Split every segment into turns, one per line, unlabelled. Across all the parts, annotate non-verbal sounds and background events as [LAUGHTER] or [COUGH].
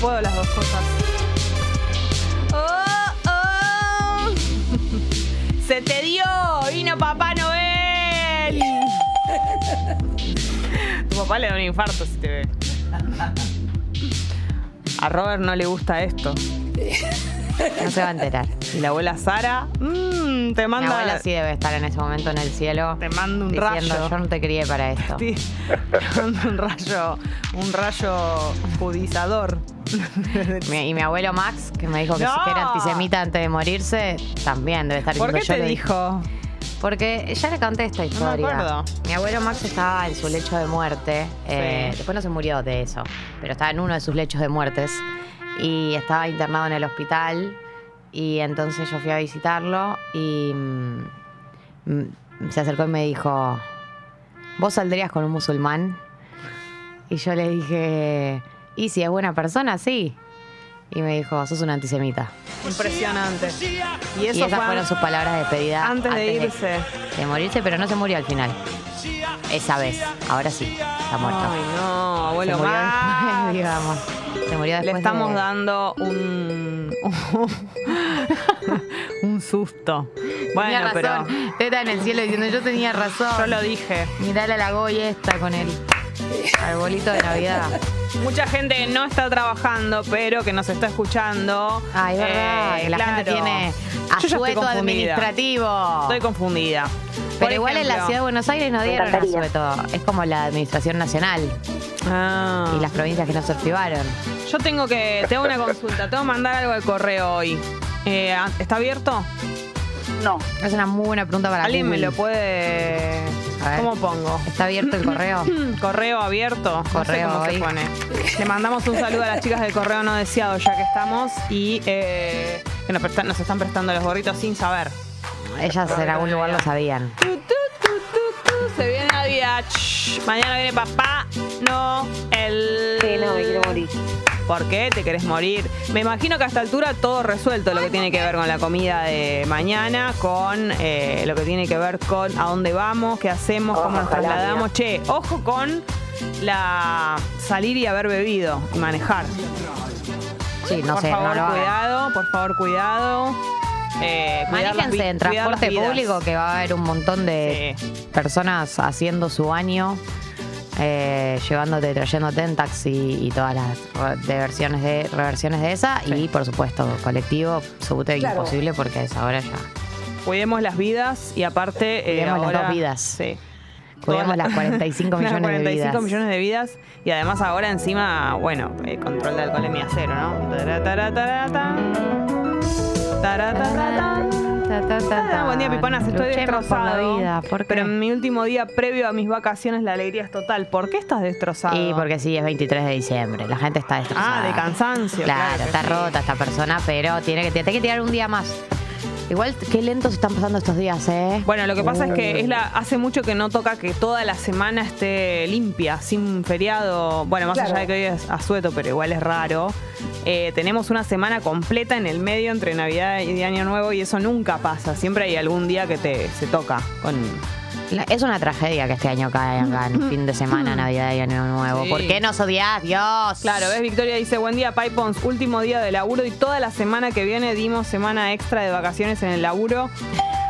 puedo las dos cosas. ¡Oh, oh! [LAUGHS] ¡Se te dio! ¡Vino Papá Noel! [LAUGHS] Tu papá le da un infarto si te ve. A Robert no le gusta esto.
No se va a enterar.
Y la abuela Sara, mmm, te
Mi
manda.
abuela sí debe estar en ese momento en el cielo.
Te mando un
diciendo,
rayo.
Yo no te crié para esto.
[LAUGHS] Sí. un rayo, un rayo judizador.
Mi- y mi abuelo Max, que me dijo que,
No.
que era antisemita antes de morirse, también debe estar
¿Por qué
diciendo,
te
"Yo lo dije".
dijo?
Porque ya le conté esta historia.
acuerdo.
Mi abuelo Max estaba en su lecho de muerte. eh,
Sí.
Después no se murió de eso, pero estaba en uno de sus lechos de muertes. Y estaba internado en el hospital. Y entonces yo fui a visitarlo y mm, mm, se acercó y me dijo, ¿vos saldrías con un musulmán? Y yo le dije, ¿y si es buena persona? Sí. Y me dijo, sos un antisemita.
Impresionante. Y
Y
eso
esas
fue
fueron sus palabras de despedida
antes de irse.
de morirse, pero no se murió al final. Esa vez. Ahora sí, está muerto.
Ay, no,
se
abuelo
murió
Max.
después, [LAUGHS] digamos. Se murió después.
Le estamos
de-
dando un. [LAUGHS] un susto.
Tenía
Bueno, pero.
razón. Teta en el cielo diciendo, yo tenía razón.
Yo lo dije.
Mirá la Lagoy esta con el arbolito de Navidad.
Mucha gente que no está trabajando, pero que nos está escuchando.
Ay, es verdad.
Eh,
que la gente
claro.
tiene
Yo ya estoy
asueto
confundida.
administrativo.
Estoy confundida. Por
pero igual en la
ejemplo-
ciudad de Buenos Aires no dieron
encantaría.
asueto. Es como la administración nacional
Ah.
y las provincias que no se activaron.
Yo tengo que. Tengo una consulta. Tengo que mandar algo de correo hoy. Eh, ¿Está abierto?
No,
Es una muy buena pregunta para
¿Alguien me
Google.
lo puede.?
A ver.
¿Cómo pongo? [CLEARS THROAT]
¿Está abierto el correo?
Correo abierto. No sé
Correo
cómo se
hoy.
pone. Le mandamos un saludo a las chicas del correo no deseado, ya que estamos. Y eh, que nos, prestan- nos están prestando los gorritos sin saber.
Ellas en algún lugar lo sabían.
Tu, tu, tu, tu, tu, Se viene Navidad. Shh. Mañana viene papá. No, el.
sí, no, me quiero morir.
¿Por qué te querés morir? Me imagino que a esta altura todo resuelto lo que tiene que ver con la comida de mañana, con eh, lo que tiene que ver con a dónde vamos, qué hacemos,
Oh,
cómo nos
ojalá,
trasladamos. Che, ojo con la salir y haber bebido y manejar.
Sí, no
por
sé,
favor,
no lo hagan.
cuidado, por favor, cuidado. Eh, cuidar las vi-
Manéjense en
cuidar las
transporte
vidas.
público que va a haber un montón de personas haciendo su baño, eh, llevándote, trayéndote en taxi y todas las re- diversiones de, reversiones de esa.
Sí.
Y por supuesto, colectivo, subte
Claro.
imposible porque a esa hora ya.
Cuidemos las vidas y aparte. eh,
Cuidemos las
ahora-
dos vidas.
Sí.
Cuidemos
Todas
las
[LAUGHS]
45
las
millones de
45
vidas.
millones de vidas. Y además, ahora encima, bueno, eh, control de alcoholemia cero, ¿no? Tarataratarata. Tarataratarata.
Ta, ta, ta, ta.
Ah, Buen día, Piponas. Estoy
Luchemos por la
destrozado.
vida, ¿por qué?
Pero en mi último día previo a mis vacaciones, la alegría es total. ¿Por qué estás destrozado?
Y porque sí, es 23 de diciembre, la gente está destrozada.
Ah, de cansancio,
Claro,
claro que
está
sí.
rota esta persona, pero tiene que, tiene que tirar un día más. Igual, qué lentos están pasando estos días, ¿eh?
Bueno, lo que pasa es que es la, hace mucho que no toca que toda la semana esté limpia, sin feriado. Bueno, más
Claro.
allá de que hoy es asueto, pero igual es raro. Eh, tenemos una semana completa en el medio entre Navidad y Año Nuevo y eso nunca pasa. Siempre hay algún día que te se toca. Con...
La- Es una tragedia que este año cae
[LAUGHS]
acá en fin de semana, Navidad y Año Nuevo.
Sí.
¿Por qué nos odias, Dios?
Claro, ves, Victoria dice, buen día, Pipons, último día de laburo y toda la semana que viene dimos semana extra de vacaciones en el laburo.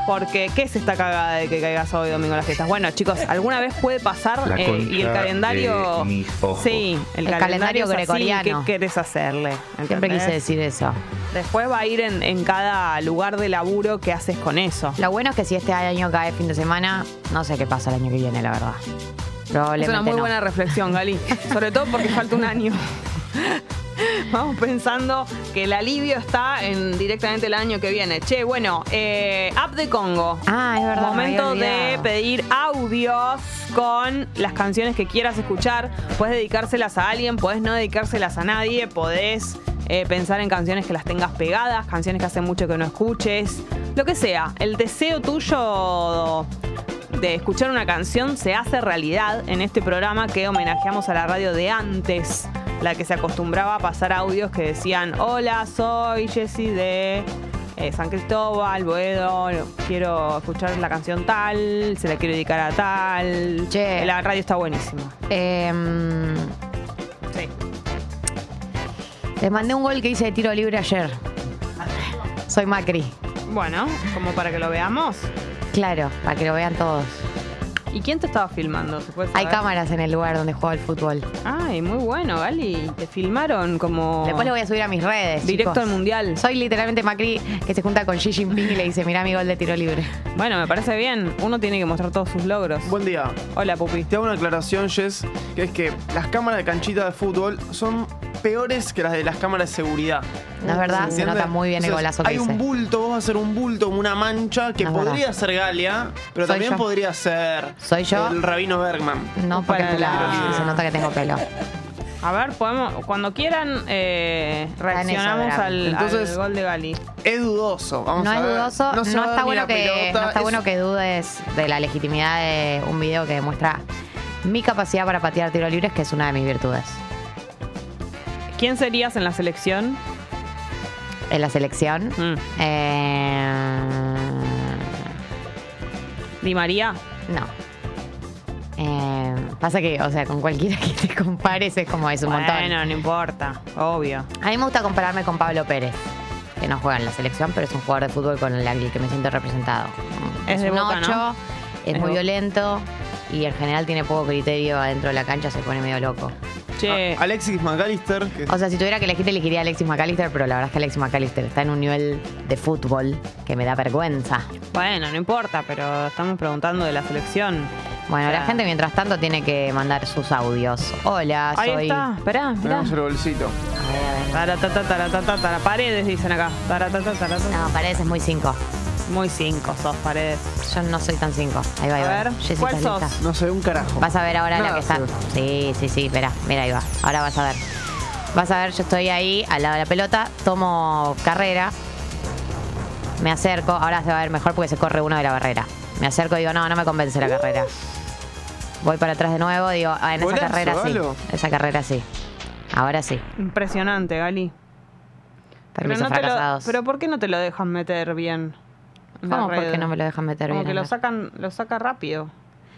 Porque, ¿qué es esta cagada de que caigas hoy domingo las fiestas? Bueno, chicos, alguna vez puede pasar
La
eh, y el
concha
calendario.
de mis ojos.
Sí, el,
El calendario
es así,
gregoriano.
¿Qué querés hacerle?
Siempre
¿Entendés?
quise decir eso.
Después va a ir en, en cada lugar de laburo qué haces con eso.
Lo bueno es que si este año cae fin de semana, no sé qué pasa el año que viene, la verdad. Probablemente
Es una muy
no.
buena reflexión,
[LAUGHS]
Gali. Sobre todo porque falta un año. [LAUGHS] Vamos pensando que el alivio está en directamente el año que viene. Che, bueno, eh, app de Congo.
Ah, es verdad. me había
Momento de
olvidado.
pedir audios con las canciones que quieras escuchar. Puedes dedicárselas a alguien, podés no dedicárselas a nadie, podés eh, pensar en canciones que las tengas pegadas, canciones que hace mucho que no escuches, lo que sea. El deseo tuyo de escuchar una canción se hace realidad en este programa que homenajeamos a la radio de antes, la que se acostumbraba a pasar audios que decían, hola, soy Jessy de eh, San Cristóbal, Boedo, quiero escuchar la canción tal, se la quiero dedicar a tal.
Che.
La radio está buenísima.
Em,
Sí.
Les mandé un gol que hice de tiro libre ayer. Soy Macri.
Bueno, como para que lo veamos.
Claro, para que lo vean todos.
¿Y quién te estaba filmando? ¿Se puede
Hay
saber?
cámaras en el lugar donde juego al fútbol.
Ay, muy bueno, Gali. Te filmaron como.
Después lo voy a subir a mis redes.
Oh. Directo
chicos.
al mundial.
Soy literalmente Macri que se junta con Xi Jinping y le dice, mirá mi gol de tiro libre.
Bueno, me parece bien. Uno tiene que mostrar todos sus logros.
Buen día.
Hola, Pupi.
Te hago una aclaración, Jess, que es que las cámaras de canchita de fútbol son peores que las de las cámaras de seguridad.
No es verdad, se
¿Entiendes?
nota muy bien el
Entonces,
golazo que
Hay
hice.
un bulto, vos vas a hacer un bulto, como una mancha, que
No es
podría
verdad.
ser Galia, pero
Soy
también
yo.
podría ser
Soy yo.
el Rabino Bergman.
No, porque
Para la-
la- se nota que tengo pelo.
A ver, podemos. Cuando quieran, eh, reaccionamos
Instagram.
al, al
Entonces-
gol de Gali.
Es dudoso, vamos
No
a
es
ver.
dudoso, no,
se va a
está,
ver ni
bueno
la
que,
pelota,
no está
es-
bueno que dudes de la legitimidad de un video que demuestra mi capacidad para patear tiro libres, que es una de mis virtudes.
¿Quién serías en la selección?
En la selección.
Mm.
eh,
Di María.
No. Eh, pasa que, o sea, con cualquiera [LAUGHS] que te compares es como es un montón.
Bueno, no importa. Obvio.
A mí me gusta compararme con Pablo Pérez, que no juega en la selección, pero es un jugador de fútbol con el que me siento representado.
Es de
un
Boca, ¿no?
ocho, es,
Es de
muy
Boca.
violento y en general tiene poco criterio adentro de la cancha, se pone medio loco.
Che.
Ah, Alexis McAllister, que
O sea, si tuviera que elegir, elegiría a Alexis McAllister, pero la verdad es que Alexis McAllister está en un nivel de fútbol que me da vergüenza.
Bueno, no importa, pero estamos preguntando de la selección.
Bueno,
O sea,
la gente mientras tanto tiene que mandar sus audios. Hola,
Ahí
soy...
está. Esperá, esperá.
tenemos el bolsito.
A ver, a ver.
Taratata, taratata, tara- Paredes dicen acá. Taratata, taratata.
No, Paredes es muy 5.
Muy cinco sos, Paredes.
Yo no soy tan 5. Ahí va, ahí
A
va.
ver,
Jessy,
¿cuál
¿estás
sos?
lista?
No sé, un carajo.
Vas a ver ahora la
Nada,
que está. Sí, sí, sí, verá. Mira, ahí va. Ahora vas a ver. Vas a ver, yo estoy ahí al lado de la pelota, tomo carrera, me acerco. Ahora se va a ver mejor porque se corre uno de la barrera. Me acerco y digo, no, no me convence la carrera. Voy para atrás de nuevo, digo, ah, en
Golazo,
esa carrera
Galo.
sí. Esa carrera sí. Ahora sí.
Impresionante, Gali.
Permiso
no te lo-
fracasados.
pero ¿por qué no te lo dejan meter bien? en la
¿Cómo? ¿Por
red?
qué no me lo dejan meter
Como
bien?
que
A
lo
ver.
sacan, lo saca rápido.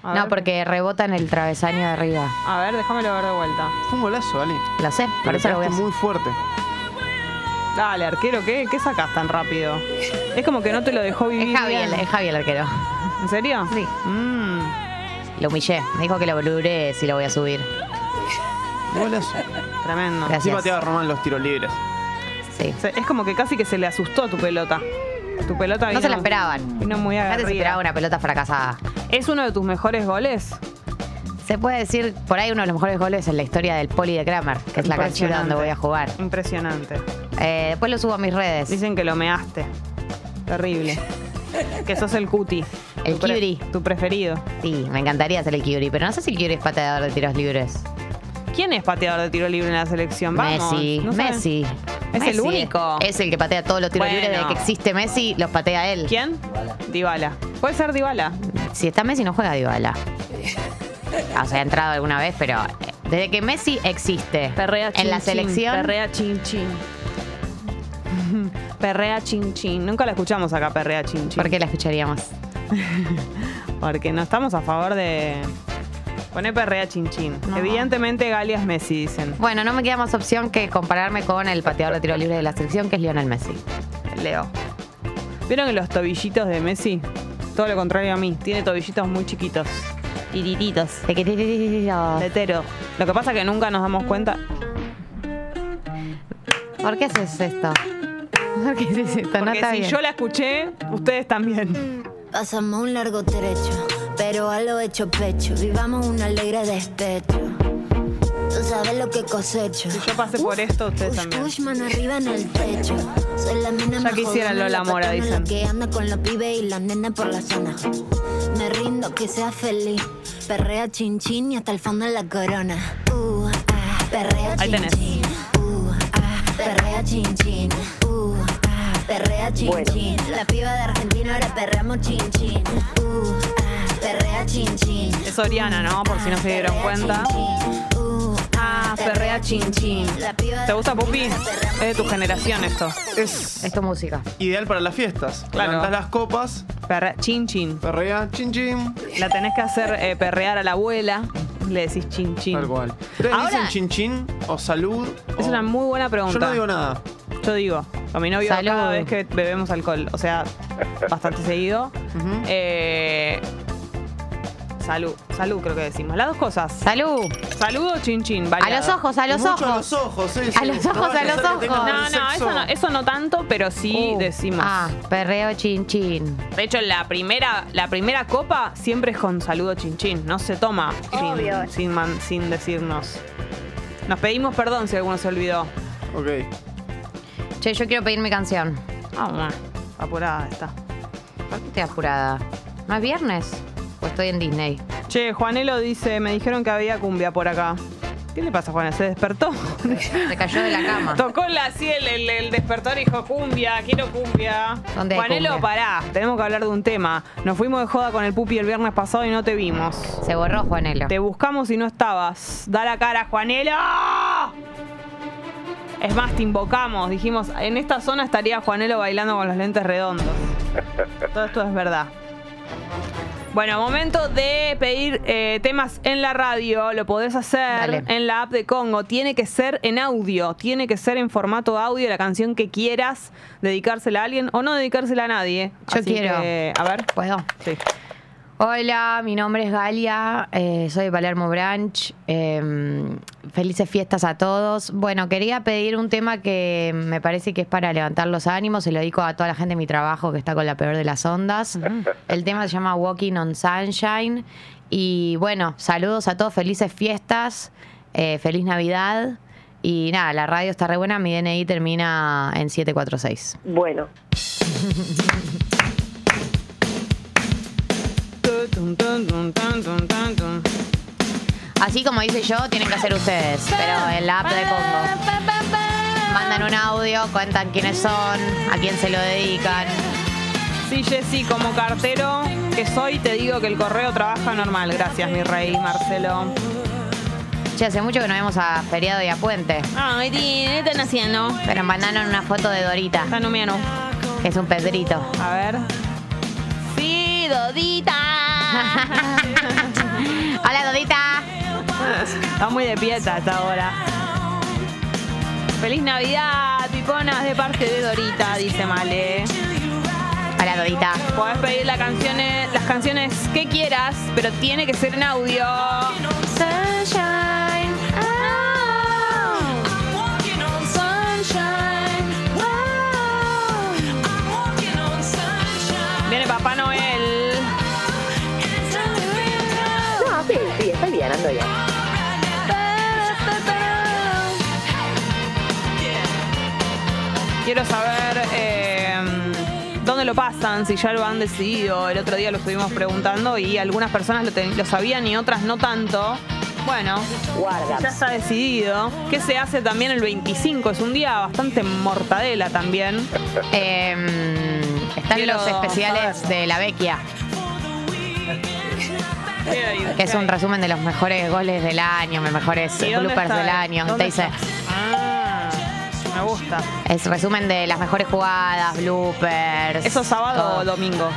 A
No,
ver.
porque rebota en el travesaño de arriba.
A ver, déjamelo ver de vuelta.
Fue un golazo, Ale.
Lo sé, por
Pero
eso lo voy a
pegaste
hacer.
muy fuerte.
Dale, arquero, ¿qué, qué sacas tan rápido? Es como que no te lo dejó vivir.
Es Javier,
bien.
es Javier el arquero.
¿En serio?
Sí.
Mm.
Lo humillé. Me dijo que lo bluré si lo voy a subir.
Un golazo.
Tremendo.
Gracias.
Sí pateaba Román los tiros libres.
Sí.
Se- Es como que casi que se le asustó tu pelota. Tu pelota
No se la esperaban.
Vino muy
Antes se
agarrida.
esperaba una pelota fracasada.
¿Es uno de tus mejores goles?
Se puede decir, por ahí uno de los mejores goles en la historia del Poli de Kramer, que es la canchita
Impresionante.
donde voy a jugar.
Impresionante.
Eh, después lo subo a mis redes.
Dicen que lo measte. Terrible. que sos el cuti.
El
Tu pre-
kiuri.
Tu preferido.
Sí, me encantaría hacer el Kiuri, pero no sé si el Kiuri es pateador de tiros libres.
¿Quién es pateador de tiro libre en la selección? Vamos.
Messi,
¿no saben?
Messi.
Es el
Messi
único.
Es, el que patea todos los tiros
Bueno.
libres desde que existe Messi, los patea él.
¿Quién? Dybala. Puede ser Dybala.
Si está Messi no juega
[LAUGHS]
Dybala. O sea, ha entrado alguna vez, pero eh, desde que Messi existe en la selección,
Perrea chin chin. [LAUGHS] Perrea chin chin. Nunca la escuchamos acá, perrea chin chin.
¿por qué la escucharíamos?
Porque no estamos a favor de. Poné perrea chin chin.
No.
Evidentemente Galia es Messi, dicen.
Bueno, no me queda más opción que compararme con el pateador de tiro libre de la selección, que es Lionel Messi.
Leo. ¿Vieron que los tobillitos de Messi? Todo lo contrario a mí. Tiene tobillitos muy chiquitos. Tirititos.
Tequititititito.
Letero. Lo que pasa que nunca nos damos cuenta.
¿Por qué haces esto? [LAUGHS] ¿Por qué haces esto? no
Porque
está
si
bien.
yo la escuché, ustedes también.
Pasamos un largo trecho, pero a lo hecho pecho, vivamos un alegre despecho. Tú sabes lo que cosecho.
Si yo pasé por esto, ustedes
Ush,
también.
ush, mano arriba en el techo. Soy la mina
Ya
más
quisiera
jodona,
Lola Mora,
patona,
dicen.
La que anda con los pibes y las nenas por la zona. Me rindo que sea feliz. Perrea chin chin y hasta el fondo de la corona. Uh, ah, perrea
Ahí
chin
tenés.
chin. Uh, ah, perrea chin chin. Uh, ah, perrea chin
Bueno.
chin. La piba de Argentina ahora perreamos chin chin. Uh, ah, perrea chin chin.
Es Oriana, ¿no? Por si no se dieron cuenta.
Uh,
Ah, perrea chin chin. ¿Te gusta, Pupi? Es de tu generación esto.
Es
Esto es música.
ideal para las fiestas.
Claro.
Levantás las copas,
Perrea, chin chin.
perrea, chin chin.
La tenés que hacer eh, perrear a la abuela. le decís chin chin?
Tal cual. ¿Ustedes
Ahora-
dicen chin chin o salud?
Es
o-
una muy buena pregunta.
Yo no digo nada.
Yo digo, con mi novio
Salud.
cada vez que bebemos alcohol, o sea, bastante seguido.
Ujú.
Eh, salud, salud creo que decimos. Las dos cosas.
Salud.
Salud o chin chin,
A
bailado.
los ojos, a los
Mucho
ojos.
a los ojos, sí,
A
sí.
los ojos,
No vaya
a los
ser que tengas
ojos.
No,
el
no,
sexo.
eso no, eso no tanto, pero sí
Uh,
decimos.
Ah, perreo chin chin.
De hecho, la primera, la primera copa siempre es con saludo chin chin. No se toma
Obvio.
sin, sin, man- sin decirnos. Nos pedimos perdón si alguno se olvidó.
Ok.
Che, yo quiero pedir mi canción.
Ah, bueno, apurada está.
¿Por qué estoy apurada? ¿No es viernes? ¿O estoy en Disney?
Che, Juanelo dice, me dijeron que había cumbia por acá. ¿Qué le pasa, Juanelo? ¿Se
[LAUGHS]
despertó?
Se cayó de la cama.
Tocó la, así el, el, el despertador y dijo, cumbia, quiero cumbia.
¿Dónde hay
Juanelo,
cumbia?
pará, tenemos que hablar de un tema. Nos fuimos de joda con el pupi el viernes pasado y no te vimos.
Se borró, Juanelo.
Te buscamos y no estabas. Da la cara, Juanelo. Es más, te invocamos. Dijimos, en esta zona estaría Juanelo bailando con los lentes redondos. Todo esto es verdad. Bueno, momento de pedir eh, temas en la radio. Lo podés hacer
Dale.
en la app de Congo. Tiene que ser en audio. Tiene que ser en formato audio la canción que quieras. Dedicársela a alguien o no dedicársela a nadie.
Yo quiero.
que, a ver.
¿Puedo?
Sí.
Hola, mi nombre es Galia, eh, soy de Palermo Branch. eh, felices fiestas a todos. Bueno, quería pedir un tema que me parece que es para levantar los ánimos. Se lo dedico a toda la gente de mi trabajo que está con la peor de las ondas. El tema se llama Walking on Sunshine. Y bueno, saludos a todos, felices fiestas, eh, feliz Navidad. Y nada, la radio está re buena, mi DNI termina en 746.
Bueno,
Tun, tun, tun, tun, tun, tun, tun.
Así como hice yo, tienen que hacer ustedes, pero en la app de Congo. Mandan un audio, cuentan quiénes son, a quién se lo dedican.
Sí, Jessy, como cartero que soy, te digo que el correo trabaja normal. Gracias, mi rey, Marcelo.
Che, hace mucho que no vemos a Feriado y a Puente,
Ay, ¿qué están haciendo?
pero mandaron una foto de Dorita,
Están humiano.
que es un pedrito.
A ver. Sí, Dodita.
Hola Dorita.
[LAUGHS] Está muy de pieta hasta ahora. Feliz Navidad, piponas, de parte de Dorita, dice Male.
Hola Dorita.
Podés pedir las canciones, las canciones que quieras, pero tiene que ser en audio. Viene Papá Noel.
no, Ah, sí, sí, estoy bien, ando bien.
Quiero saber eh, dónde lo pasan, si ya lo han decidido. El otro día lo estuvimos preguntando y algunas personas lo, ten- lo sabían y otras no tanto. Bueno, ya
Guarda.
está decidido. ¿Qué se hace también el 25? Es un día bastante mortadela también.
Eh, están
Quiero
los especiales
saber.
de La Vecchia, que es un resumen de los mejores goles del año, los mejores
¿Y dónde
bloopers
está?
del año.
¿Dónde
Te dice,
está? Ah, me gusta.
Es resumen de las mejores jugadas, bloopers.
¿Eso sábado
todo.
o domingo?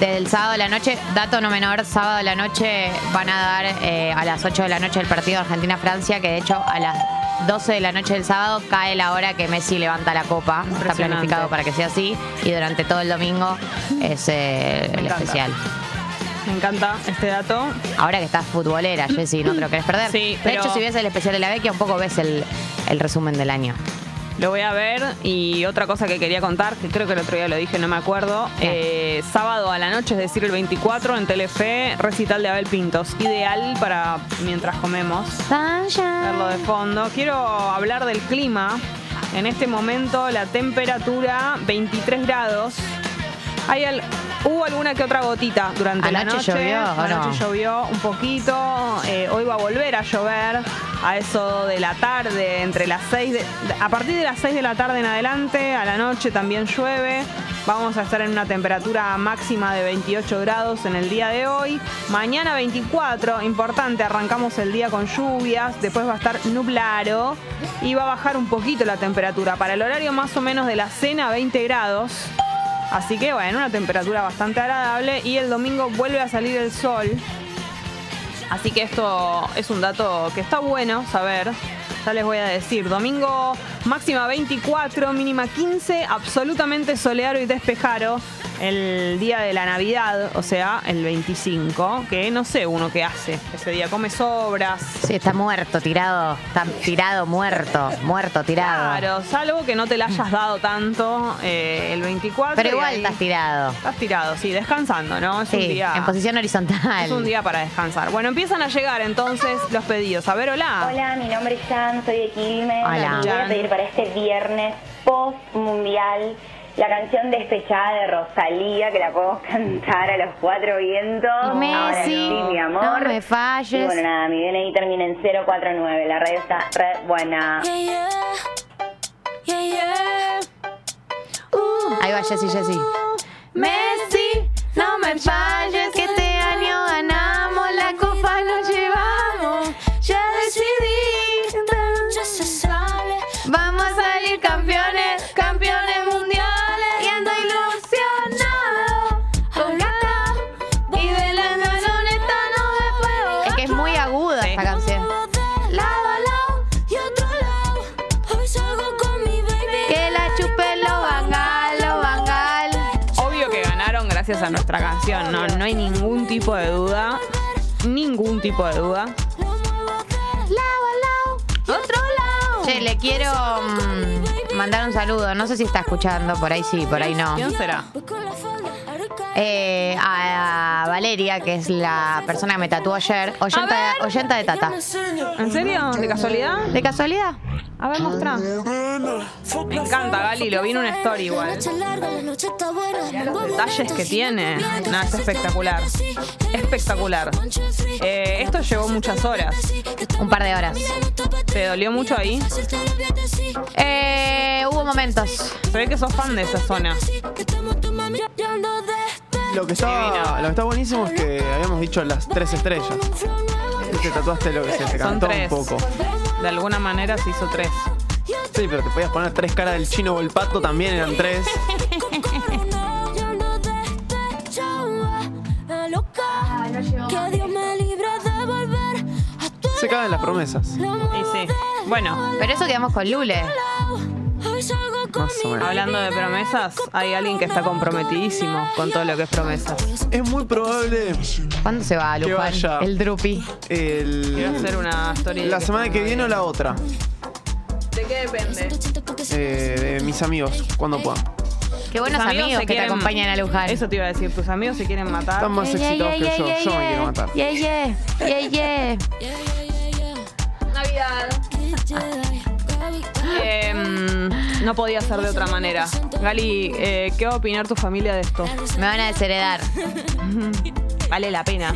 Del sábado de la noche, dato no menor, sábado de la noche van a dar eh, a las 8 de la noche el partido Argentina-Francia, que de hecho a las 12 de la noche del sábado cae la hora que Messi levanta la copa. Está
Impresionante.
planificado para que sea así y durante todo el domingo es eh, el
encanta.
especial.
Me encanta este dato.
Ahora que estás futbolera, Jessy, no te lo querés perder.
Sí,
De
pero-
hecho, si ves el especial de la Vecchia, un poco ves el, el resumen del año.
Lo voy a ver y otra cosa que quería contar, que creo que el otro día lo dije, no me acuerdo. eh, sábado a la noche, es decir, el 24 en Telefe, recital de Abel Pintos. Ideal para mientras comemos, verlo de fondo. Quiero hablar del clima. En este momento la temperatura 23 grados. Hay al- hubo alguna que otra gotita durante la
Anoche
noche.
llovió, ¿o
Anoche
no?
llovió un poquito. eh, hoy va a volver a llover a eso de la tarde, entre las 6 de- a partir de las 6 de la tarde en adelante, a la noche también llueve. Vamos a estar en una temperatura máxima de 28 grados en el día de hoy. Mañana 24, importante, arrancamos el día con lluvias, después va a estar nublado y va a bajar un poquito la temperatura. Para el horario más o menos de la cena, 20 grados. Así que bueno, una temperatura bastante agradable y el domingo vuelve a salir el sol. Así que esto es un dato que está bueno saber. Ya les voy a decir, domingo máxima 24, mínima 15, absolutamente soleado y despejado el día de la Navidad, o sea, el 25, que no sé uno qué hace ese día, come sobras.
Sí, está muerto, tirado. Está tirado, muerto. Muerto, tirado.
Claro, salvo que no te la hayas dado tanto eh, el 24.
Pero
y
igual
ahí
estás tirado.
Estás tirado, sí, descansando, ¿no? Es un
Sí,
día.
en posición horizontal.
Es un día para descansar. Bueno, empiezan a llegar entonces los pedidos. A ver, hola.
Hola, mi nombre es Jan, soy de Quilmes.
Hola.
Y Voy
Jan.
a pedir para este viernes post mundial la canción Despechada de Rosalía, que la podemos cantar a los cuatro vientos.
Messi,
Ahora sí, mi amor.
no me falles.
Y bueno, nada, mi DNI termina en 049. La radio está re buena.
Yeah, yeah. Yeah, yeah.
Ahí va Jessy, Jessy. Messi, no me falles, que este año ganamos, la copa nos llevamos. Ya decidí,
Esta noche se sale.
vamos a salir campeones, campeones mundiales. Y ando ilusionado, holgada, y de la esta no Es que es muy aguda
Sí.
esta canción.
Lado a lado y otro lado. Hoy salgo con mi baby.
Que la chupe lo vangal, lo vangal.
Obvio que ganaron gracias a nuestra canción, no, no hay ningún tipo de duda. Ningún tipo de duda. Otro lado.
Che, le quiero mm, mandar un saludo. No sé si está escuchando, por ahí sí, por ahí no.
¿Quién será?
Voy con la falda, ahora
Eh, a, a Valeria, que es la persona que me tatuó ayer, oyenta,
A ver.
oyenta de Tata. Mm.
¿En serio? ¿De casualidad?
¿De casualidad?
A ver, mostrá. Me encanta, Gali, lo vi en una story igual.
Detalles que tiene. Nada, está espectacular. Espectacular. Eh, esto llevó muchas horas.
Un par de horas.
¿Te dolió mucho
[LAUGHS]
ahí?
Eh, hubo momentos.
Se ve que sos fan de esa zona.
Lo que, está,
Divino.
lo que está buenísimo es que habíamos dicho las tres estrellas. Y te tatuaste lo que se te
Son
cantó
tres.
un poco.
De alguna manera se hizo tres.
Sí, pero te podías poner tres caras del chino Volpato también, eran tres.
Que Dios me libre de volver a tu
Se cagan las promesas.
Y sí. Bueno,
Pero eso quedamos con Lule.
Hoy salgo con
Más o menos.
hablando de promesas, hay alguien que está comprometidísimo con todo lo que es promesas.
Es muy probable
¿Cuándo se va,
Que
Luján?
vaya.
El drupi.
Quiero hacer
el,
una story. de
la semana que viene o la otra.
¿De qué depende?
Eh, de mis amigos, cuando puedan.
Qué buenos
Tus
amigos,
se
que te
quieren-
acompañan a Luján.
Eso te iba a decir, tus amigos se quieren matar.
Están más excitados que yo. Yo me quiero matar.
Yeah, yeah, yeah, yeah.
Navidad. Em, no podía ser de otra manera. Gali, eh, ¿qué va a opinar tu familia de esto?
Me van a desheredar.
Vale la pena.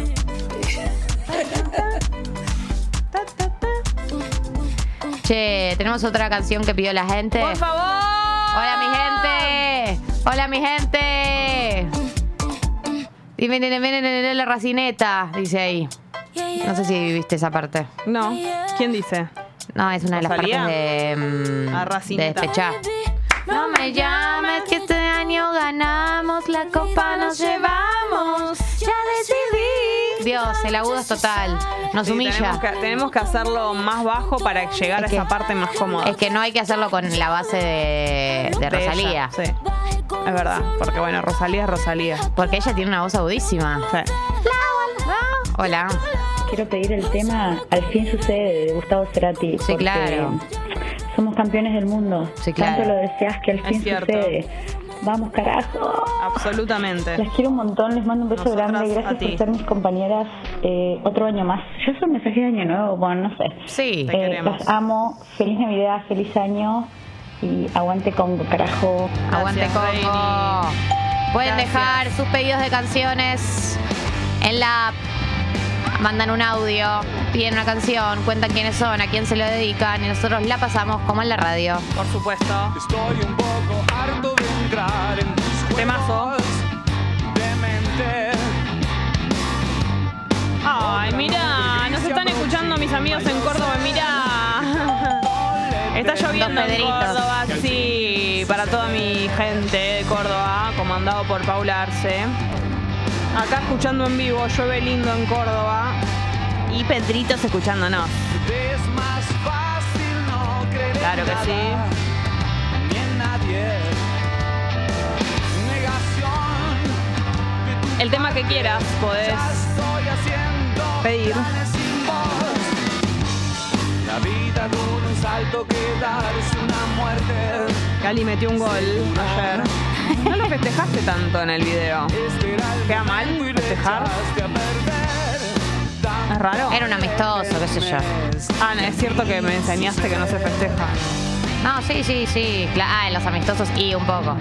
Che, tenemos otra canción que pidió la gente.
¡Por favor!
Hola mi gente. Hola mi gente. Dime, dime, dime, dime, la racineta, dice ahí. No sé si viste esa parte.
No. ¿Quién dice?
No, es una de las
¿Rosalía?
partes de, mm,
Ah, racineta.
de despechá. No me llames que este año ganamos, la copa nos llevamos.
Ya decidí.
Dios, el agudo es total. Nos
Sí,
humilla.
tenemos, que, tenemos que hacerlo más bajo para llegar
Es
a
que-
esa parte más cómoda.
Es que no hay que hacerlo con la base de,
De
de
ella,
Rosalía.
sí. Es verdad, porque bueno, Rosalía es Rosalía.
Porque ella tiene una voz agudísima.
Sí.
Hola.
Quiero pedir el tema Al fin sucede de Gustavo Cerati.
Sí,
porque
claro.
Somos campeones del mundo.
Sí, claro.
Tanto lo deseas que al
Es
fin
cierto.
sucede. Vamos, carajo.
Absolutamente.
Las quiero un montón, les mando un beso
Nosotras
grande.
a
Gracias
ti.
por ser mis compañeras eh, otro año más. Yo soy un mensaje de año nuevo, bueno, no sé.
Sí.
Te
Eh,
queremos.
las amo. Feliz Navidad, feliz año. Y aguante Congo, carajo.
Aguante
Gracias,
Congo.
Gracias.
Pueden dejar sus pedidos de canciones en la app. Mandan un audio, piden una canción, cuentan quiénes son, a quién se lo dedican y nosotros la pasamos como en la radio.
Por supuesto.
Estoy un poco harto de entrar en tus
Temazo.
juegos de mente.
Ay, mira, nos están escuchando mis amigos en Córdoba, mira. Está lloviendo
Dos
en
pedritos.
Córdoba, sí, para toda mi gente de Córdoba, comandado por Paula Arce. Acá escuchando en vivo, llueve lindo en Córdoba. y Pedritos escuchándonos.
Te es más fácil no creer
Claro
en
que
nada,
sí.
Ni en nadie. Negación que tú
El tema que quieras podés
ya estoy haciendo
pedir.
planes sin vos. La vida dura un salto que dar es una muerte.
Cali metió un gol ayer. No lo festejaste tanto en el video.
Este era el
Queda mal
momento y
festejar.
le echaste a perder.
Es raro.
Era un amistoso, qué sé yo.
Ah, no, es cierto que me enseñaste que no se festeja.
No, sí, sí, sí. cla- Ah, en los amistosos y un poco.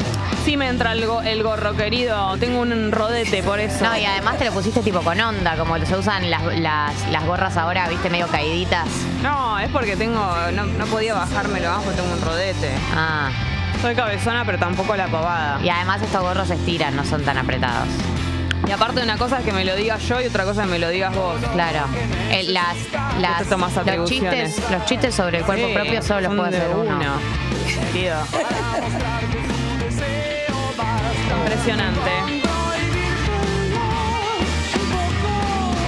Sí me entra el, go- el gorro, querido. Tengo un rodete por eso.
No, y además te lo pusiste tipo con onda, como se usan las, las, las gorras ahora, viste, medio caíditas.
No, es porque tengo. No, no podía bajármelo abajo, tengo un rodete.
Ah.
Soy cabezona, pero tampoco la pavada.
Y además estos gorros se estiran, no son tan apretados.
Y aparte, una cosa es que me lo digas yo y otra cosa es que me lo digas vos.
Claro. Eh, las, las,
te tomás
los,
atribuciones.
chistes, los chistes sobre el cuerpo
Sí,
propio solo los
son
puede
de
hacer uno.
Querido. Impresionante.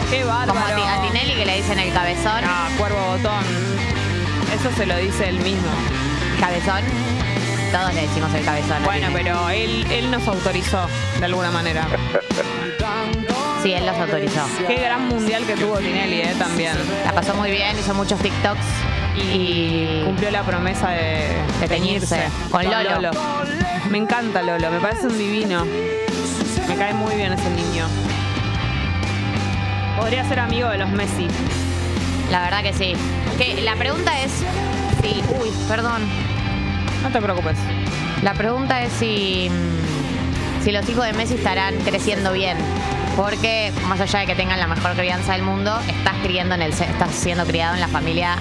Qué bárbaro.
Como a, Ti- a Tinelli que le dicen el cabezón.
Ah, cuervo botón. Eso se lo dice él mismo.
Cabezón. Todos le decimos el cabezón. a
Bueno,
Tinelli.
pero él, él nos autorizó de alguna manera.
Sí, él los autorizó.
Qué gran mundial que tuvo Tinelli, eh, también.
La pasó muy bien, hizo muchos TikToks y
Cumplió la promesa de,
De teñirse. Con Lolo.
Me encanta Lolo, me parece un divino. Me cae muy bien ese niño. Podría ser amigo de los Messi.
la verdad que sí. Que la pregunta es si, uy, perdón.
No te preocupes.
La pregunta es si mm, si los hijos de Messi estarán creciendo bien. Porque más allá de que tengan la mejor crianza del mundo, estás criando en el se- estás siendo criado en la familia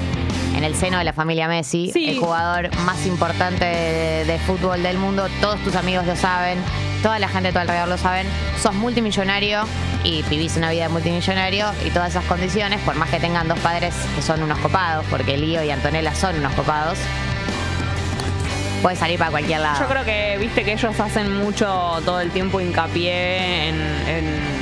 en el seno de la familia Messi,
Sí.
el jugador más importante de, de fútbol del mundo, todos tus amigos lo saben, toda la gente de tu alrededor lo saben, sos multimillonario y vivís una vida de multimillonario y todas esas condiciones, por más que tengan dos padres que son unos copados, porque Lío y Antonella son unos copados, puedes salir para cualquier lado.
Yo creo que, viste, que ellos hacen mucho todo el tiempo hincapié en, en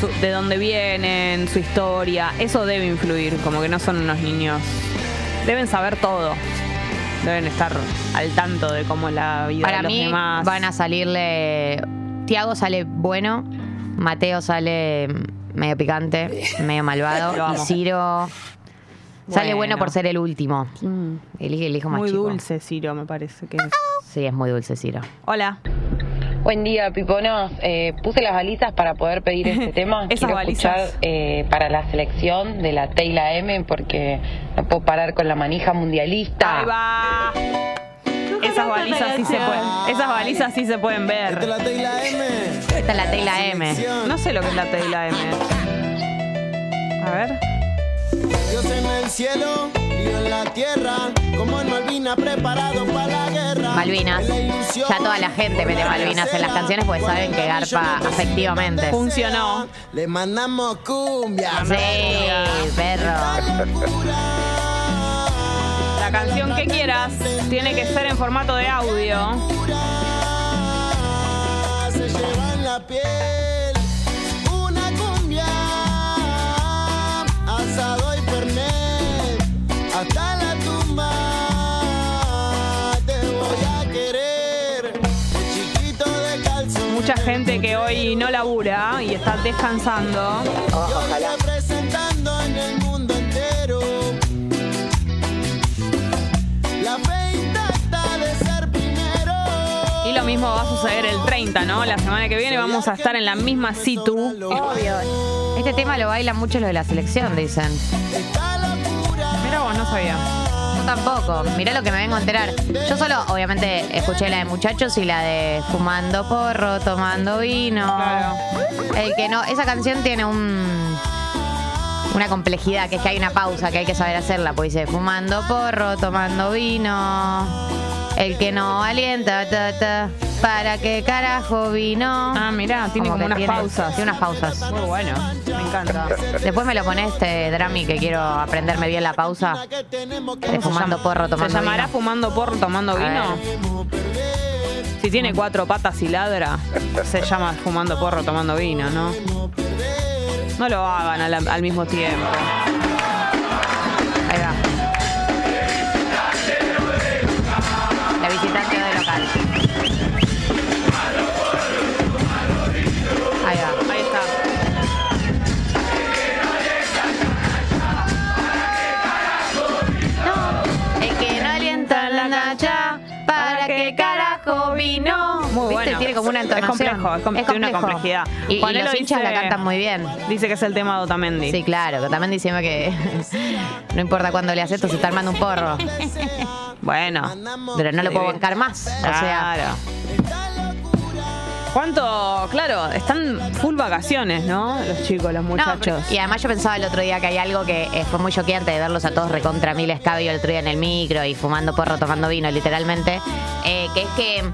su- de dónde vienen, su historia. Eso debe influir, como que no son unos niños. Deben saber todo. Deben estar al tanto de cómo es la vida
Para
de los
mí
demás.
van a salirle. Tiago sale bueno, Mateo sale medio picante, medio
Lo
malvado, y
amo.
Ciro sale
Bueno.
bueno por ser el último. Elige el hijo más
Muy
chico.
dulce, Ciro, me parece que es.
Sí, es muy dulce, Ciro.
Hola.
Buen día, Piponos. Eh, puse las balizas para poder pedir este
[LAUGHS]
tema.
Esas
Quiero
balizas.
escuchar eh, para la selección de la T y la M porque no puedo parar con la manija mundialista.
Ahí va. Esas balizas sí se pueden. Esas balizas sí se pueden
Este
ver.
Esta es la T y la M.
No sé lo que es la T y la M. eh. A ver.
Dios en el cielo y en la tierra, como en Malvina preparado para la guerra.
Malvinas.
En la ilusión,
Ya toda la gente mete
con la
Malvinas en las
cera,
canciones porque saben que
cuarenta
garpa
millones de
afectivamente.
Funcionó.
Le mandamos cumbia.
Sí, perro.
La canción que quieras tiene que ser en formato de audio.
Se lleva en la piel una cumbia. Asado y pernet. Hasta la tumba. Te voy a querer. Chiquito de calzón.
Mucha gente que hoy no labura y está descansando.
Ojalá. Representando en el mundo entero. La fe intacta de ser primero.
Y lo mismo va a suceder el 30, ¿no? La semana que viene vamos a estar en la misma situ.
Este tema lo bailan mucho los de la selección, dicen.
Está la pura.
Mira vos, no sabía.
Yo tampoco. Mirá lo que me vengo a enterar. Yo solo, obviamente, escuché la de muchachos y la de fumando porro, tomando vino.
Claro.
El que no. Esa canción tiene un. Una complejidad, que es que hay una pausa que hay que saber hacerla, pues dice fumando porro, tomando vino. El que no alienta, ta, ta, para qué carajo vino.
Ah, mirá, tiene como,
que
unas
tiene-
pausas.
Tiene unas pausas.
Muy bueno, me encanta.
Después me lo pone este Drami que quiero aprenderme bien la pausa.
Que tenemos que
De fumando porro, tomando
¿Se llamará
vino.
fumando porro tomando
A
vino? Si tiene cuatro patas y ladra, se llama fumando porro tomando vino, ¿no?
perder.
No lo hagan a la- al, mismo tiempo. Ahí va.
La visitante de local. Ahí va.
Ahí está.
El que no alienta la nacha, ¿para qué carajo vino?
Muy
¿Viste?
bueno.
Tiene como una
Es
entonación.
complejo, es com- tiene una complejidad.
Y, y
Juanelo
los hinchas la
dice-
cantan muy bien.
Dice que es el tema de Otamendi.
Sí, claro, que también diciendo que [LAUGHS] no importa cuándo le haces esto, se está armando un porro.
Bueno.
Pero no lo puedo
bien.
bancar más. O sea,
Claro. ¿Cuánto? Claro, están full vacaciones, ¿no? Los chicos, los
No,
muchachos.
y además yo pensaba el otro día que hay algo que eh, fue muy choqueante de verlos a todos recontra mil escabio el otro día en el micro y fumando porro, tomando vino, literalmente, eh, que es que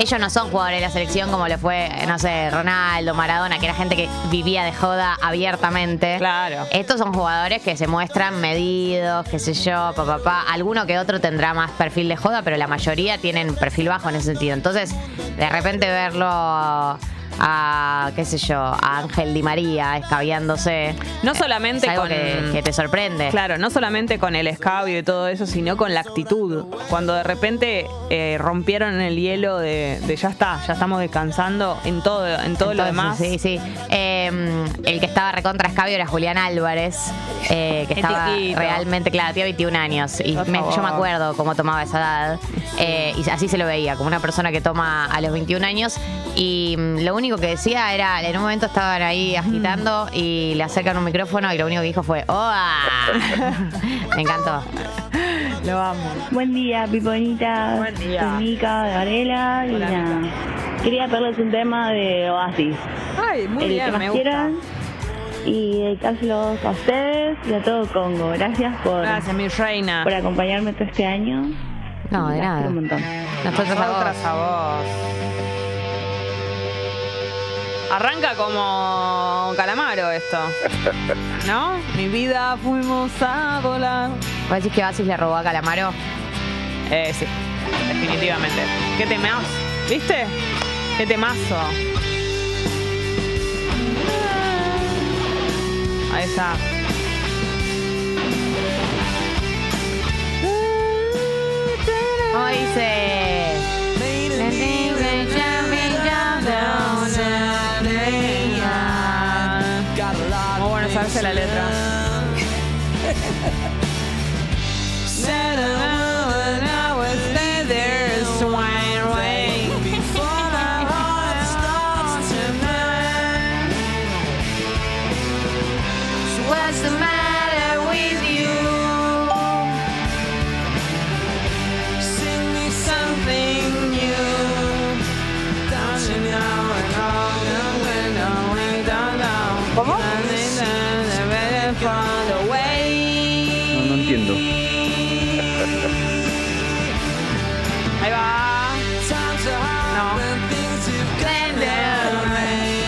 ellos no son jugadores de la selección como lo fue, eh, no sé, Ronaldo, Maradona, que era gente que vivía de joda abiertamente.
Claro.
Estos son jugadores que se muestran medidos, qué sé yo, papá, papá. Alguno que otro tendrá más perfil de joda, pero la mayoría tienen perfil bajo en ese sentido. Entonces, de repente verlo a, qué sé yo, a Ángel Di María escabeándose.
No
eh,
solamente
es algo
con-
que, que te sorprende.
Claro, no solamente con el escabio y todo eso, sino con la actitud. Cuando de repente eh, rompieron el hielo de, de ya está, ya estamos descansando en todo, en todo lo
Entonces,
demás.
Sí, sí. Eh, el que estaba recontra escabio era Julián Álvarez, eh, que
El
estaba
chiquito.
realmente, claro, tenía 21 años. Y
Por
me- yo me
favor.
acuerdo cómo tomaba esa edad. eh, y así se lo veía, como una persona que toma a los 21 años. Y mm, lo único que decía era, en un momento estaban ahí agitando y le acercan un micrófono y lo único que dijo fue, ¡Oa! [LAUGHS] me encantó.
Lo amo.
Buen día, Piponita.
Buen día.
Soy Mica de Varela. Y
Hola,
nada. Quería pedirles un tema de Oasis.
Ay, muy
el que
bien,
más
me gusta.
quieran. Y dedicárselos a ustedes y a todo Congo. Gracias por,
Gracias, mi reina.
por acompañarme todo este año.
No, de
Las quiero
nada.
Un montón.
Nosotros a vos.
Nosotras a vos. Arranca como calamaro esto. ¿No? Mi vida fuimos a volar.
¿Vos decís que Basis le robó a Calamaro?
Eh, sí, definitivamente. ¿Qué temazo? ¿Viste? ¿Qué temazo? Ahí está.
¿Cómo dice?
Muy bueno saberse la letra.
What's the matter with you?
¿Cómo?
No, no entiendo.
Ahí va.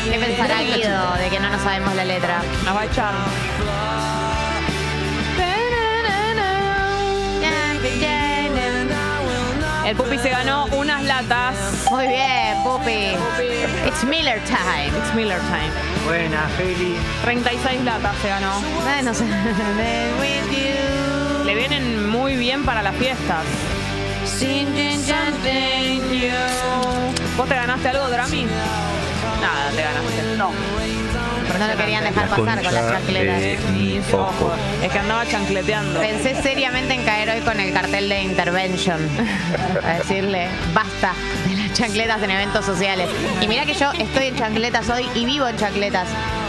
No.
¿Qué pensará
¿eh?
Guido de que no nos sabemos la letra?
Nos va a echar. El Pupi se ganó unas latas.
Muy bien, Pupi. It's Miller time.
It's Miller time.
Buena, Feli.
36 latas se ganó.
Bueno, se-
Le vienen muy bien para las fiestas. ¿Vos te ganaste algo, Drami? Nada, te ganaste. No.
no lo querían dejar pasar con las chancletas.
Mis ojos. Es que andaba chancleteando.
Pensé seriamente en caer hoy con el cartel de Intervention. A decirle, basta de las chancletas en eventos sociales. Y mirá que yo estoy en chancletas hoy y vivo en chancletas.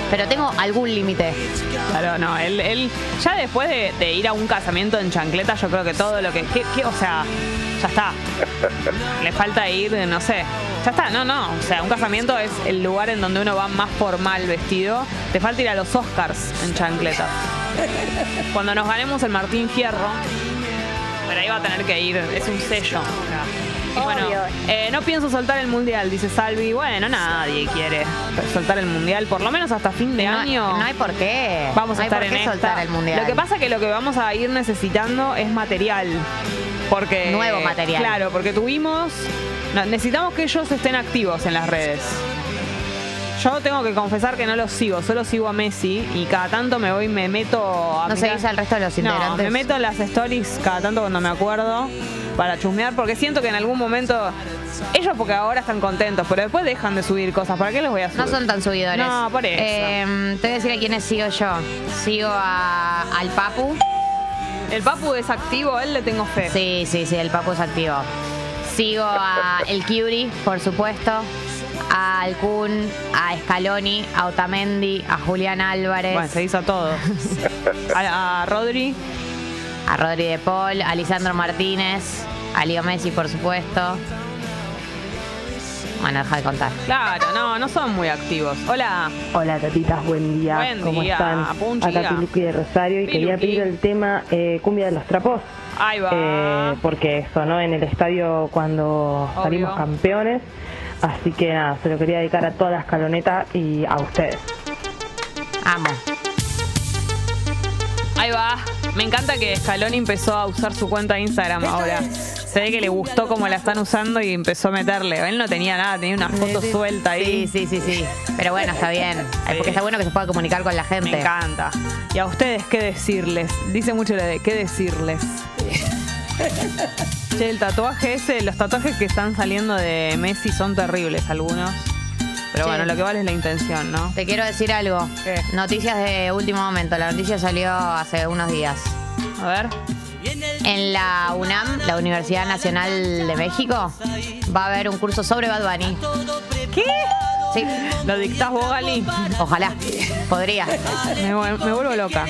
Pero tengo algún límite.
Este Claro, no, él, él ya después de, de ir a un casamiento en chancleta, yo creo que todo lo que, que- que, o sea, ya está. Le falta ir, no sé. Ya está, no, no. O sea, un casamiento es el lugar en donde uno va más formal vestido. Te falta ir a los Oscars en chancleta. Cuando nos ganemos el Martín Fierro, pero ahí va a tener que ir, es un sello. Y bueno, eh, no pienso soltar el mundial, dice Salvi. Bueno, nadie quiere soltar el mundial, por lo menos hasta fin de
no,
año.
no hay por qué.
Vamos
No
a
hay
estar
por
en
qué
esta.
soltar el mundial.
Lo que pasa es que lo que vamos a ir necesitando es material. Porque,
Nuevo material.
Claro, porque tuvimos. no, necesitamos que ellos estén activos en las redes. Yo tengo que confesar que no los sigo, solo sigo a Messi y cada tanto me voy y me meto a
¿No
mirar-
seguís al resto de los
No,
integrantes?
me meto en las stories cada tanto cuando me acuerdo para chusmear porque siento que en algún momento ellos porque ahora están contentos, pero después dejan de subir cosas, ¿para qué les voy a subir?
No son tan subidores.
No, por eso.
Eh, te voy a decir a quiénes sigo yo. Sigo a, al Papu.
El Papu es activo, él le tengo fe.
Sí, sí, sí, el Papu es activo. Sigo a El Kiuri, por supuesto. A Kun, a Scaloni, a Otamendi, a Julián Álvarez.
Bueno, se hizo
[LAUGHS]
todo. A, a Rodri.
a Rodri de Paul, a Lisandro Martínez, a Leo Messi, por supuesto. Bueno, deja de contar.
Claro, no, no son muy activos. Hola.
Hola tatitas, buen día.
Buen
¿Cómo
día,
están?
Punchi,
Acá
diga.
Piluqui de Rosario y quería
Piluqui.
pedir el tema eh, Cumbia de los Trapos.
Ahí va.
Eh, porque sonó en el estadio cuando
Obvio.
salimos campeones. Así que nada, se lo quería dedicar a todas las calonetas y a ustedes.
Amo.
Ahí va. Me encanta que Scaloni empezó a usar su cuenta de Instagram ahora. Se ve que le gustó cómo la están usando y empezó a meterle. Él no tenía nada, tenía una foto suelta ahí.
Sí, sí, sí, sí. Pero bueno, está bien. Ay, Porque está bueno que se pueda comunicar con la gente.
Me encanta. Y a ustedes, ¿qué decirles? Dice mucho la de qué
[LAUGHS]
decirles. Che, el tatuaje ese, los tatuajes que están saliendo de Messi son terribles algunos. Pero
Che.
bueno, lo que vale es la intención, ¿no?
Te quiero decir algo. Noticias de último momento. La noticia salió hace unos días.
A ver.
En la UNAM, la Universidad Nacional de México, va a haber un curso sobre Bad Bunny.
¿Qué?
Sí.
¿Lo dictás vos, Gali?
Ojalá. Podría.
Me, vuel- me vuelvo loca.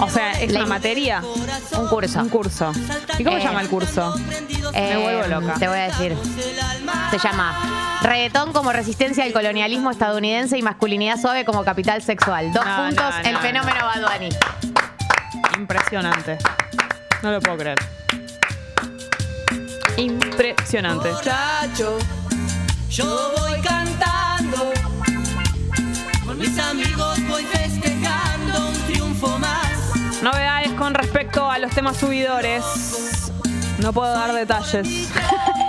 O sea, es
La-
una materia.
Un curso.
Un curso. ¿Y cómo
Eh,
se llama el curso?
Eh,
me vuelvo loca.
Te voy a decir. Se llama Reggaetón como resistencia al colonialismo estadounidense y masculinidad suave como capital sexual. Dos
No,
puntos,
no,
el
no,
fenómeno
no.
Bad Bunny.
Impresionante. No lo puedo creer. Impresionante.
Borracho, yo voy cantando. Con mis amigos voy festejando un triunfo más.
Novedades con respecto a los temas subidores. No puedo dar detalles.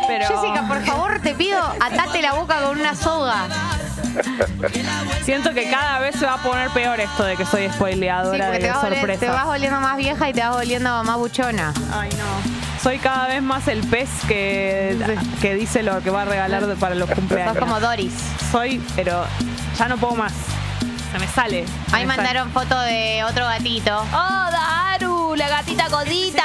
Pero
[LAUGHS] Jessica, por favor, te pido, atate la boca con una soga.
siento que cada vez se va a poner peor esto de que soy
Sí,
spoileadora
porque te
de
vas, volviendo- te vas
sorpresas.
volviendo más vieja y te vas volviendo más buchona.
Ay, no. Soy cada vez más el pez que, que dice lo que va a regalar de- para los cumpleaños.
Sos como Doris.
Soy, pero ya no puedo más. Se me sale. Se
Ahí
me sale.
mandaron foto de otro gatito.
¡Oh, Daru! La gatita codita.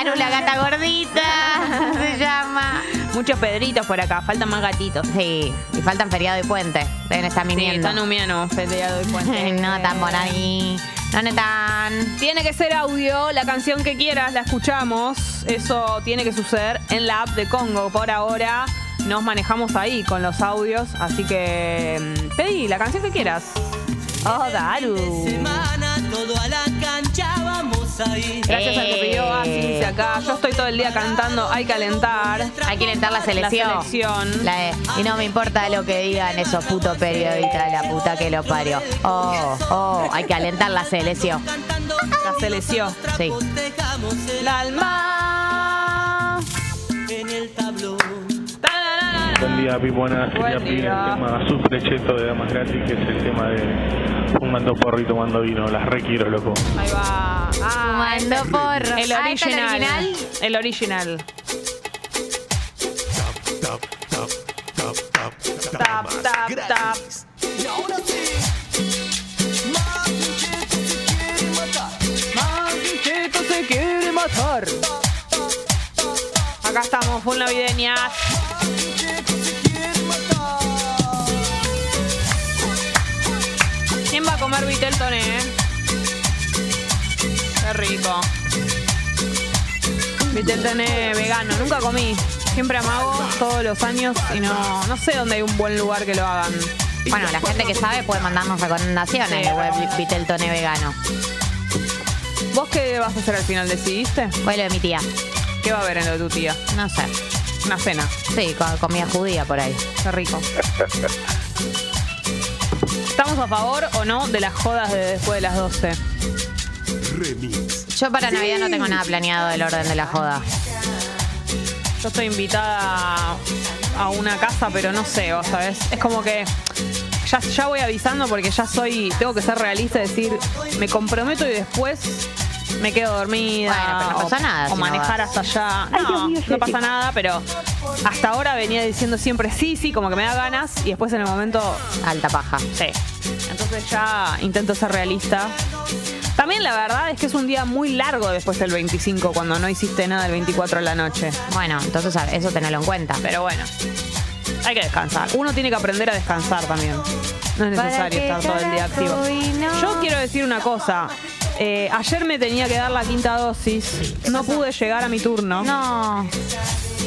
Aru, la gata gordita, [LAUGHS] se llama.
Muchos pedritos por acá, faltan más gatitos.
Sí, y faltan feriado y puente. Deben estar mimiendo.
están humiano, peleado y [LAUGHS]
Ay,
puente.
[LAUGHS] no tan por ahí. No, no tan.
Tiene que ser audio, la canción que quieras, la escuchamos. Eso tiene que suceder en la app de Congo. Por ahora nos manejamos ahí con los audios, así que mm, pedí la canción que quieras. Oh, Daru.
Este Semana, todo a la cancha, vamos a ir.
Gracias al que pidió
Eh.
Basis dice acá. Yo estoy todo el día cantando, hay que alentar.
Hay que intentar la selección.
La selección.
La de, y no me importa lo que digan esos putos periodistas de la puta que lo parió. Oh, oh, hay que alentar la selección.
La selección.
Sí.
La alma.
En el tablón.
Tararara.
Buen día, Pipona. Quería
Buen
pedir el
día.
tema Super Cheto de Damas Gratis, que es el tema de fumando porro y tomando vino. Las requiero, loco.
Ahí va. Ah,
Fumando porro.
El
Ah, ¿esta es
original.
la original?
El original. Tap, tap, tap.
Y ahora sí. Más inquieto se quiere matar.
Más inquieto se quiere matar. Acá estamos, full navideñas. ¿Quién va a comer Vitelton, eh? Qué rico. Vitelton eh, vegano, nunca comí. Siempre amago todos los años y no, no sé dónde hay un buen lugar que lo hagan.
Bueno, la gente que sabe puede mandarnos recomendaciones
Sí.
de web Viteltone Vegano.
¿Vos qué vas a hacer al final? ¿Decidiste?
Voy a lo de mi tía.
¿Qué va a haber en lo de tu tía?
No sé.
Una cena.
Sí, con comida judía por ahí.
Qué rico. ¿Estamos a favor o no de las jodas de después de las 12?
Yo para Navidad no tengo nada planeado del orden de la joda.
Yo estoy invitada a una casa, pero no sé, o sabes, es como que ya, ya voy avisando porque ya soy, tengo que ser realista y decir, me comprometo y después me quedo dormida.
Bueno, pero no
o-
pasa nada
O
si no
manejar
vas.
hasta allá.
Ay,
No,
Dios mío,
no
Jessy.
pasa nada, pero hasta ahora venía diciendo siempre sí, sí, como que me da ganas y después en el momento.
Alta paja.
Sí. Entonces ya intento ser realista. También la verdad es que es un día muy largo después del 25, cuando no hiciste nada el 24 a la noche.
Bueno, entonces a- eso tenelo en cuenta.
Pero bueno, hay que descansar. Uno tiene que aprender a descansar también. No es
Para
necesario
que
estar todo el día activo.
carajo y no.
Yo quiero decir una cosa. Eh, ayer me tenía que dar la quinta dosis. No pude llegar a mi turno.
No.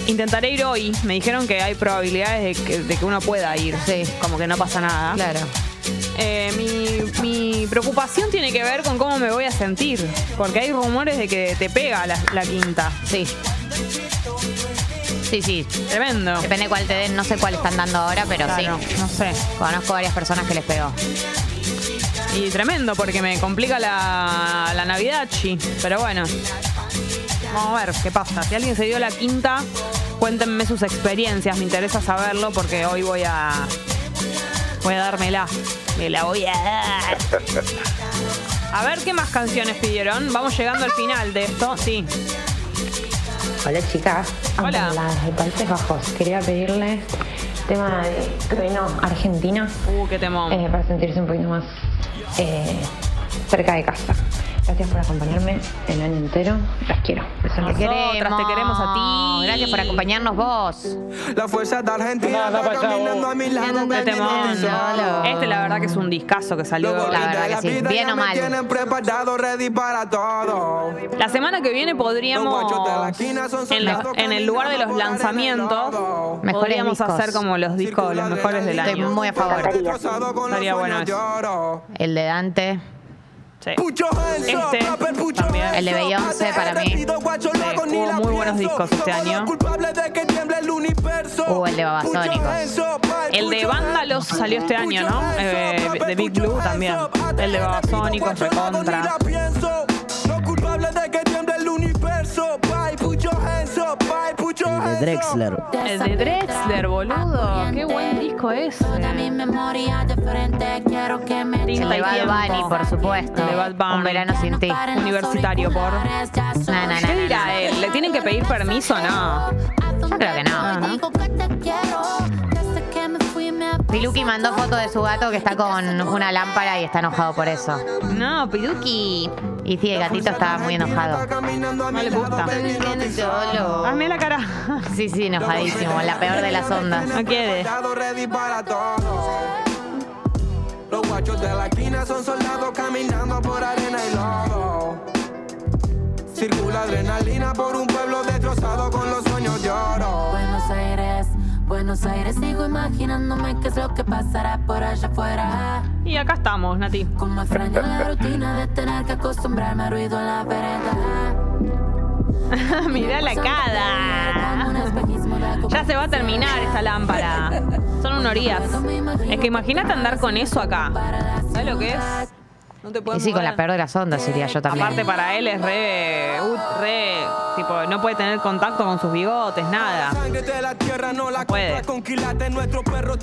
Intentaré ir hoy. Me dijeron que hay probabilidades de que, de que uno pueda ir. Sí. Como que no pasa nada.
Claro.
Eh, mi, mi preocupación tiene que ver con cómo me voy a sentir. Porque hay rumores de que te pega la, la quinta.
Sí. Sí, sí.
Tremendo.
Depende cuál te den, no sé cuál están dando ahora, pero
Claro,
sí.
No sé.
Conozco varias personas que les pegó.
Y tremendo, porque me complica la, la Navidad, chi. Pero bueno, vamos a ver qué pasa. Si alguien se dio la quinta, cuéntenme sus experiencias. Me interesa saberlo porque hoy voy a. Voy a dármela. Me la voy a dar. A ver qué más canciones pidieron. Vamos llegando al final de esto. Sí.
Hola chicas,
Hola.
Ando en las de Países Bajos. Quería pedirles tema de trueno argentino
Uh, qué temón.
eh, para sentirse un poquito más eh, cerca de casa. Gracias por acompañarme el año entero. Las quiero. Besos.
Te queremos.
te queremos a ti.
Gracias por acompañarnos vos.
La fuerza de Argentina está caminando a mi lado.
Qué temón. Este, la verdad, que es un discazo que salió.
La verdad que sí. Bien o mal.
Tienen preparado, ready para todo.
La semana que viene podríamos, en, los- en el lugar de los lanzamientos,
Mejores
podríamos
discos.
hacer como los discos, los mejores del
Estoy
año.
muy a favor.
Estaría bueno eso.
El de Dante.
Sí. Este también.
El de Beyoncé para mí.
Hubo muy buenos discos este año. Oh,
O el de Babasónicos.
El de Vándalos salió este año, ¿no? Eh, de Big Blue también. El de Babasónicos, Recontra.
El de Drexler.
El de Drexler, boludo. Qué buen disco ese.
El de Bad Bunny, por supuesto.
El de Bad Bunny.
Un verano sin ti.
Universitario, por.
Na, na, na,
¿Qué
na,
dirá
na.
él? ¿Le tienen que pedir permiso o no?
Yo creo que no. Piluki mandó foto de su gato que está con una lámpara y está enojado por eso.
No, Piluki.
Y sí, el gatito estaba muy enojado.
No le gusta. Hazme la cara. [LAUGHS]
Sí, sí, enojadísimo. La peor de las ondas.
No quiere.
Ready para todo. Los guachos de la esquina son soldados caminando por arena y lodo. Circula adrenalina por un pueblo destrozado con los sueños de oro.
Buenos Aires, Buenos Aires, sigo imaginándome qué es lo que pasará por allá afuera.
Y acá estamos, Nati. [LAUGHS]
Como extraño la rutina de tener que acostumbrarme al ruido en la vereda.
Mirá la cara. Ya se va a terminar esta lámpara. Son honorías. Es que imagínate andar con eso acá. ¿Sabes lo que es? No te puedo
Y sí, con la peor de las ondas sería yo también.
Aparte para él es re, ut- re, tipo, no puede tener contacto con sus bigotes, nada. No puede.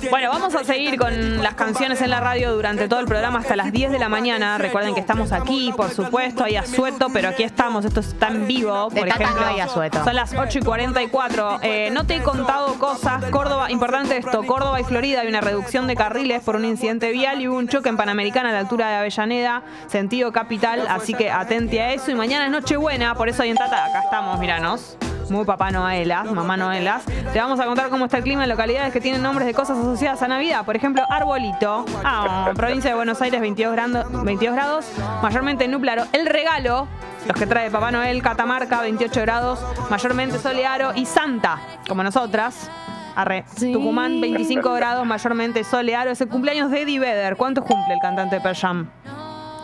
Bueno, vamos a seguir con las canciones en la radio durante todo el programa hasta las 10 de la mañana. Recuerden que estamos aquí, por supuesto, hay asueto, pero aquí estamos, esto está en vivo,
De
por
Tata
ejemplo.
no hay asueto.
Son las 8 y 44. Eh, no te he contado cosas. Córdoba, importante esto, Córdoba y Florida hay una reducción de carriles por un incidente vial y hubo un choque en Panamericana a la altura de Avellaneda, sentido capital, así que atente a eso. Y mañana es Nochebuena, por eso hoy en Tata, acá estamos, míranos. Muy papá Noelas, mamá Noelas. Te vamos a contar cómo está el clima en localidades que tienen nombres de cosas asociadas a Navidad. Por ejemplo, Arbolito, ah, provincia de Buenos Aires, 22, grando- 22 grados, mayormente nublado. El regalo, los que trae Papá Noel, Catamarca, 28 grados, mayormente soleado. Y Santa, como nosotras. Arre. Tucumán, 25 grados, mayormente soleado. Es el cumpleaños de Eddie Vedder. ¿Cuántos cumple el cantante de Pearl Jam?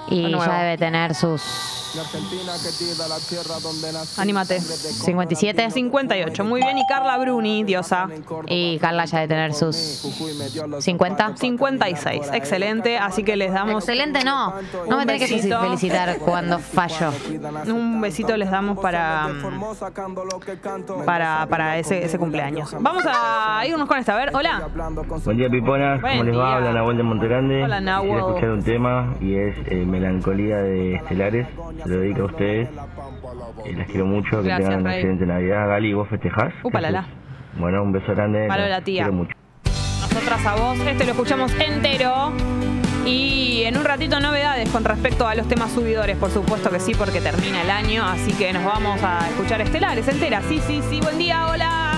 Y
Nuevo.
ya debe tener sus
La Argentina que tira la tierra donde nací.
Anímate.
57.
58. Muy bien. Y Carla Bruni, diosa.
Y Carla ya de tener sus 50.
56. Excelente. Así que les damos.
Excelente, no. No me
Un
tenés que
besito.
felicitar cuando fallo.
Un besito les damos para. Para, para ese, ese cumpleaños. Vamos a irnos con esta. A ver, hola.
Buen día, Piponas.
Buen
¿Cómo les va?
día.
Habla Nahuel de Montegrande.
Hola, Nahuel.
Quisiera escuchar un tema y es eh, Melancolía de Estelares. Se lo dedico a ustedes. Eh, las quiero mucho. Que
Gracias,
tengan una
Rey.
excelente Navidad. Gali, ¿vos festejás?
Upalala.
Bueno, un beso grande.
Palo de la
Las
tía.
Quiero mucho.
Nosotras a vos. Este lo escuchamos entero. Y en un ratito novedades con respecto a los temas subidores, por supuesto que sí, porque termina el año, así que nos vamos a escuchar Estelares entera. Sí, sí, sí, buen día, hola.